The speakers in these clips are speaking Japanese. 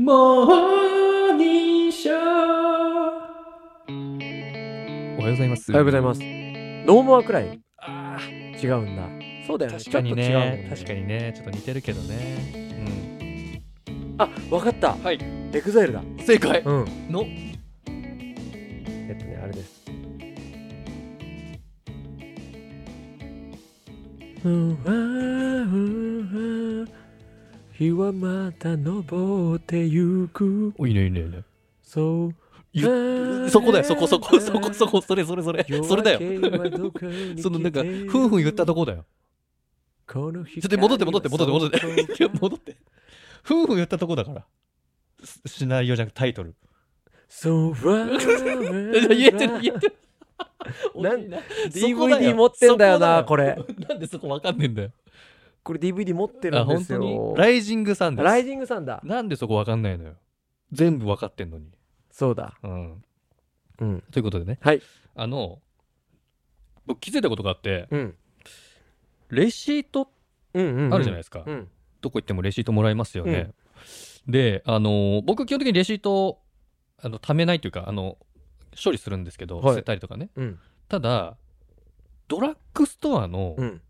モーニングショーおはようございます。おはようございます。ノーモアくらいあ違うんだ。そうだよーね。確かにちょっと違うもんね、確かにね、ちょっと似てるけどね。あ、わかった。はい。エグザイルだ。うん、正解うん。のえっとね、あれです。うんわうんわ日はまた昇ってゆく。おいいねいいねいいね。そう。そこだよ、そこそこ、そこそこ、それそれそれ、それだよ。よそのなんか、ふんふん言ったとこだよ。このちちょっと戻って戻って戻って戻って。いや、戻って。ふんふん言ったとこだから。シシナリオじゃなくタイトル。そう、い や言えてる言えてる。 なん惜しいな DVD 持ってんだよな、そここだよれ。なんでそこわかんねえんだよ。これ DVD 持ってるあ、んで本す当によ。ライジングさんです。ライジングさんだ。なんでそこわかんないのよ。全部わかってんのに。そうだ。うん。うん。ということでね。はい。あの、僕気づいたことがあって、うん。レシートうんうん、うん。あるじゃないですか。うん。どこ行ってもレシートもらえますよね。で、あのー僕基本的にレシートをあの貯めないというか、あの、処理するんですけど、はい捨てたりとかね。うん。ただ、ドラッグストアのうん。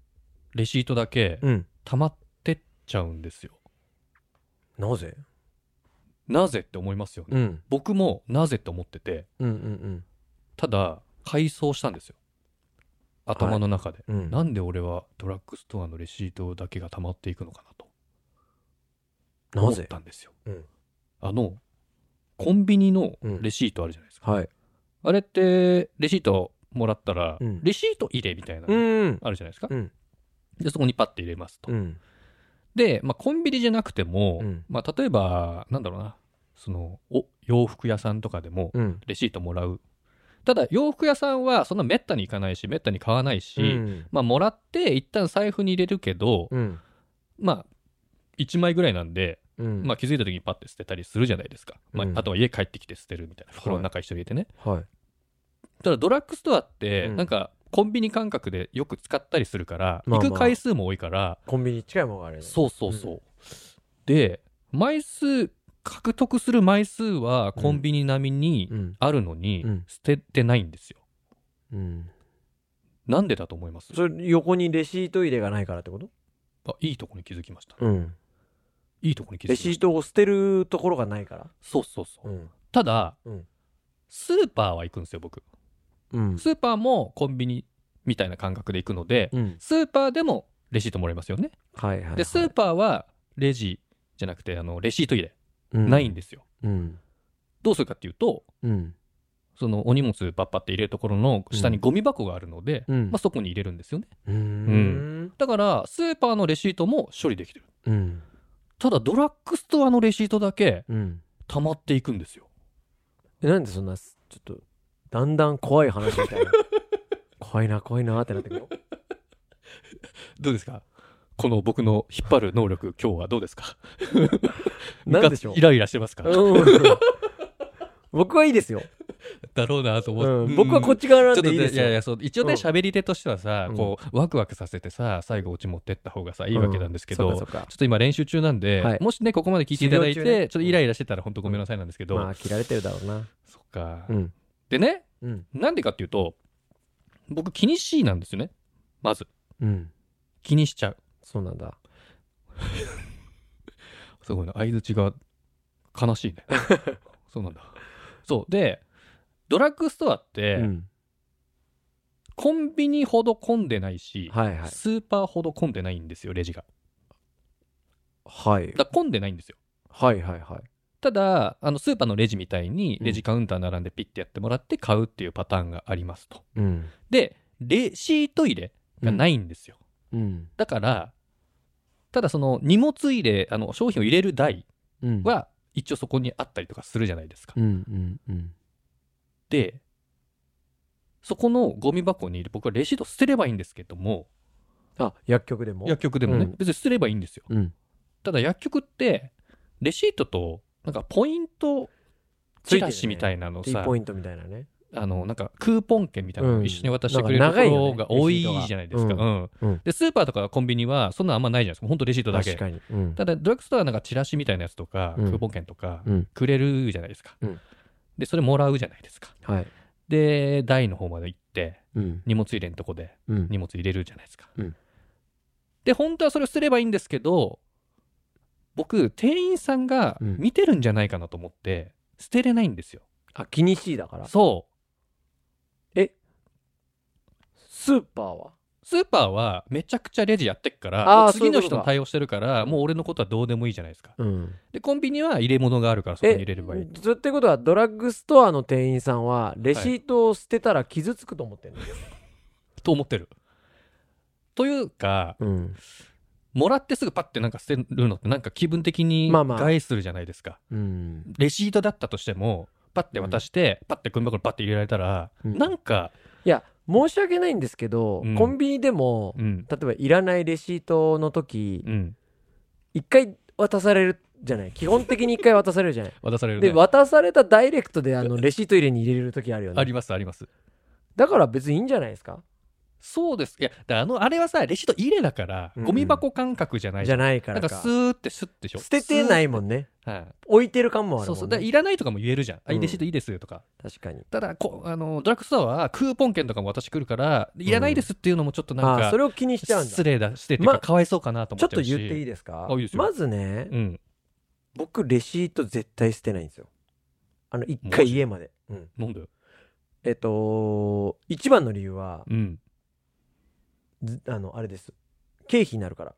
レシートだけうん。溜まってっちゃうんですよ。なぜなぜって思いますよね。うん。僕もなぜって思ってて、うんうんただ、改装したんですよ。頭の中で。うん。うん。なんで俺はドラッグストアのレシートだけが溜まっていくのかなと思なっぜたんですよ。うんあの、コンビニのレシートあるじゃないですか。はい。あれって、レシートもらったら、うんレシート入れみたいな、うん。あるじゃないですか。うん。で、そこにパッて入れますと。うん。で、まあ、コンビニじゃなくても、うんまあ、例えば、なんだろうな、その、お、洋服屋さんとかでも、うん。レシートもらう。ただ、洋服屋さんは、そんなめったに行かないし、めったに買わないし、うん。まあ、もらって、一旦財布に入れるけど、うん。まあ、1枚ぐらいなんで、うん。まあ、気づいた時にパッて捨てたりするじゃないですか。まあう、んあとは家帰ってきて捨てるみたいな。袋の中一緒に入れてね。あ、はい。ただドラッグストアってうんなんかコンビニ感覚でよく使ったりするから、まあまあ行く回数も多いからコンビニ近いもんがあれね。そうそうそう、で枚数獲得する枚数はコンビニ並みにうん。あるのにうん捨ててないんですよ、うん。なんでだと思いますそれ、横にレシート入れがないからってことあいいとこに気づきました、うん。いいとこに気づきレましたシートを捨てるところがないから。そうそうそう、ん。ただ、うんスーパーは行くんですよ僕うん。スーパーもコンビニみたいな感覚で行くので、うん。スーパーでもレシートもらえますよねはいはいはい。でスーパーはレジじゃなくてあのレシート入れうんないんですよ、うん。どうするかっていうとうん。そのお荷物パッパって入れるところの下にゴミ箱があるので、うんまあ、そこに入れるんですよねうーん。だからスーパーのレシートも処理できてるうん。ただドラッグストアのレシートだけうん。溜まっていくんですよえなんでそんな、すちょっと、だんだん怖い話みたい な。怖いな、怖いなってなってくる。どうですかこの僕の引っ張る能力今日はどうですかなんでしょうムカイライラしてますか、うん。僕はいいですよ。だろうなと思うって、ん。僕はこっちち側ちなょんっとでいねいですいやいよ。やそう一応ねうん喋り手としてはさ、うんこうワクワクさせてさ最後オチ持ってった方がさいいわけなんですけど、うんそうかそうかちょっと今練習中なんで、はいもしね、ここまで聞いていただいて、修行中ねちょっとイライラしてたら本当ごめんなさいなんですけど、まあ、切られてるだろうな。そっか、うん。でね、うん。なんでかっていうと、僕気にしいなんですよね。まず。うん。気にしちゃう。そうなんだ。すごいな。相づちが悲しい ね。そうなんだ。そう。で、ドラッグストアって、うん。コンビニほど混んでないし、はいはい。スーパーほど混んでないんですよ、レジが。はい。だから混んでないんですよ。はいはいはい。ただ、あの、スーパーのレジみたいに、うんレジカウンター並んでピッてやってもらって買うっていうパターンがありますと。うん。で、レシート入れがないんですよ。うん。だから、ただその荷物入れ、あの商品を入れる台うん。は一応そこにあったりとかするじゃないですか。うんうんうん。で、そこのゴミ箱に僕はレシート捨てればいいんですけども、あ、薬局でも。薬局でもね、うん別に捨てればいいんですよ。うん。ただ薬局って、レシートとなんかポイントチラシみたいなのティーさ、ポイントみたいなね。あのなんかクーポン券みたいなのうをん一緒に渡してくれるなんとかこ長いよねろが多いレシートがじゃないですか、ううんうんでスーパーとかコンビニはそんなのあんまないじゃないですか本当レシートだけ確かに、うん、ただドラッグストアはなんかチラシみたいなやつとか、うんクーポン券とかうんくれるじゃないですか、うんでそれもらうじゃないですかはいで台の方まで行ってうん荷物入れんとこでうん荷物入れるじゃないですか、うんで本当はそれをすればいいんですけど僕店員さんがうん見てるんじゃないかなと思って捨てれないんですよ、あ気にしいだからそスーパーはうスーパーはめちゃくちゃレジやってっかあーらもうそうい次のうことか人の対応してるからもう俺のことはどうでもいいじゃないですかうんでコンビニは入れ物があるからそこに入れればいいずってことはドラッグストアの店員さんはレシートを捨てたら傷つくと思ってるの、と思ってるというかうんもらってすぐパッてなんか捨てるのってなんか気分的にまあまあ害するじゃないですか、うんレシートだったとしてもパッて渡して、パッてゴミ箱にパッて入れられたら、うんなんか、いや申し訳ないんですけど、うんコンビニでも、うん例えばいらないレシートの時うん、一回渡されるじゃない基本的に一回渡され るじゃない渡されるでね。渡されたダイレクトであのレシート入れに入れる時あるよあねりますあります。だから別にいいんじゃないですかそうです。いや、だからあの、あれはさ、レシート入れだから、うんゴミ箱感覚じゃないじゃないないからなかんかスーってスッてしょ。捨ててないもん。んねはい。置いてる感もあるそもん、ね、うそう。だからいらないとかも言えるじゃん。あうんレシートいいですよとか。確かにただこ、あの、ドラッグストアはクーポン券とかも私来るから、いらないですっていうのもちょっとなんあか、あそれを気にしちゃうんだ失礼だ、失礼っていうか、まかわいそうかなとち思ょっっちゃとうし。言っていいですかあいいですよまずね、うん。僕レシート絶対捨てないんですよあの一回家まで、うんなんだよ。えっと一番の理由はうん。ずあのあれです経費になるから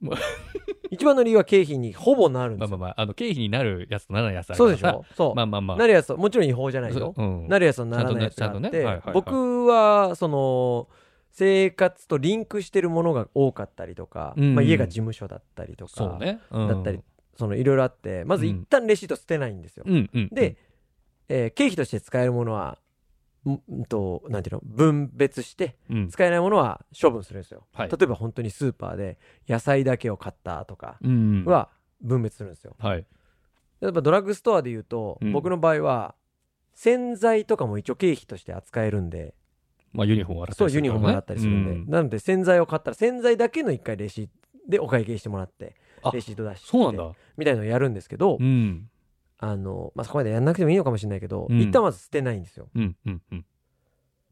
ま 一番の理由は経費にほぼなるまんであすまあよ、まあ、あの、経費になるやつとならないやつあるかそうらでさしょそう、まあまあまあ。なるやつはもちろん違法じゃないよ、うんなるやつはならないやつがあって、ちゃんとねちゃんとねはいはいはい僕はその生活とリンクしてるものが多かったりとか、うんまあ、家が事務所だったりとかそうね。だだったり、そのいろいろあってまず一旦レシート捨てないんですよ、うんうん、で、えー経費として使えるものは、んんと、なんていうの、分別して、うん、使えないものは処分するんですよ。はい例えば本当にスーパーで野菜だけを買ったとかうん、は分別するんですよ。はい。例えばドラッグストアで言うと、うん僕の場合は、洗剤とかも一応経費として扱えるんで、まあユニフォーム洗ったそう、りすユるニかフらねォームだったりするんで、なので洗剤を買ったら洗剤だけの一回レシートでお会計してもらってあ、レシート出して、そうなんだ。みたいなのをやるんですけど、うん。あの、まあ、そこまでやんなくてもいいのかもしれないけど、うん一旦まず捨てないんですよ。うん。うん。うん。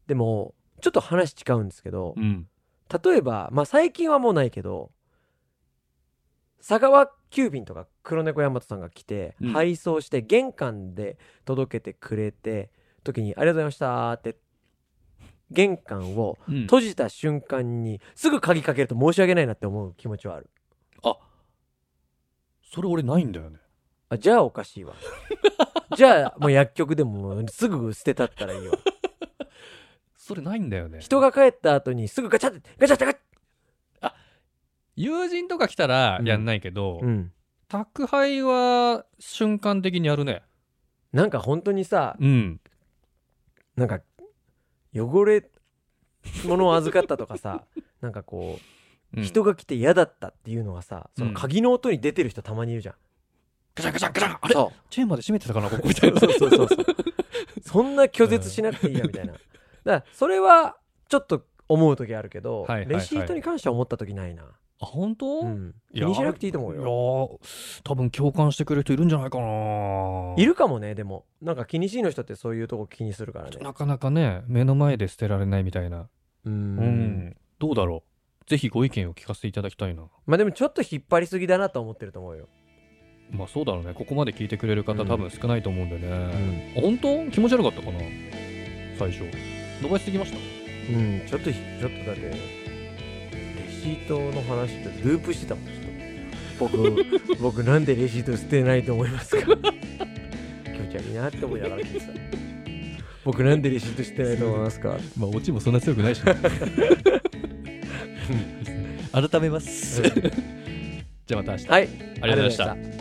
でもちょっと話違うんですけど、うん。例えば、まあ、最近はもうないけど佐川急便とか黒猫大和さんが来て、うん配送して玄関で届けてくれて時に「ありがとうございました」って玄関をうん。閉じた瞬間にすぐ鍵かけると申し訳ないなって思う気持ちはあるあそれ俺ないんだよね。あじゃあおかしいわじゃあもう薬局でもすぐ捨てたったらいいわそれないんだよね。人が帰った後にすぐガチャってガチャってガチャって友人とか来たらやんないけど、うん宅配は瞬間的にやるね。なんか本当にさうん。なんか汚れ物を預かったとかさ なんかこう、人が来て嫌だったっていうのがさその鍵の音に出てる人たまにいるじゃん、ガチャガチャガチャあれそチェーンまで閉めてたかなここうみたいな。そうそうそうそうそんな拒絶しなくていいやみたいな、だからそれはちょっと思う時あるけど、はいはいはいレシートに関しては思った時ないな、あ本当？うん、い気やにしなくていいと思いうやよー多分共感してくれる人いるんじゃないかないるかもねでもなんか気にしいの人ってそういうとこ気にするからねなかなかね目の前で捨てられないみたいな、ううんどうだろうぜひご意見を聞かせていただきたいなまあでもちょっと引っ張りすぎだなと思ってると思うよ、まあそうだろうねここまで聞いてくれる方うん多分少ないと思うんでうね、ん本当気持ち悪かったかな最初伸ばしすぎましたうん、ちょっとひ、ちょっとだって、レシートの話ってループしてたもん、ちょっと。僕、僕なんでレシート捨てないと思いますか気持ち悪いなって思いながら聞いてた。僕なんでレシート捨てないと思いますかまあオチもそんな強くないし、 改めますじゃあまた明日、 はあい、ありりがとうございましたがとうございました。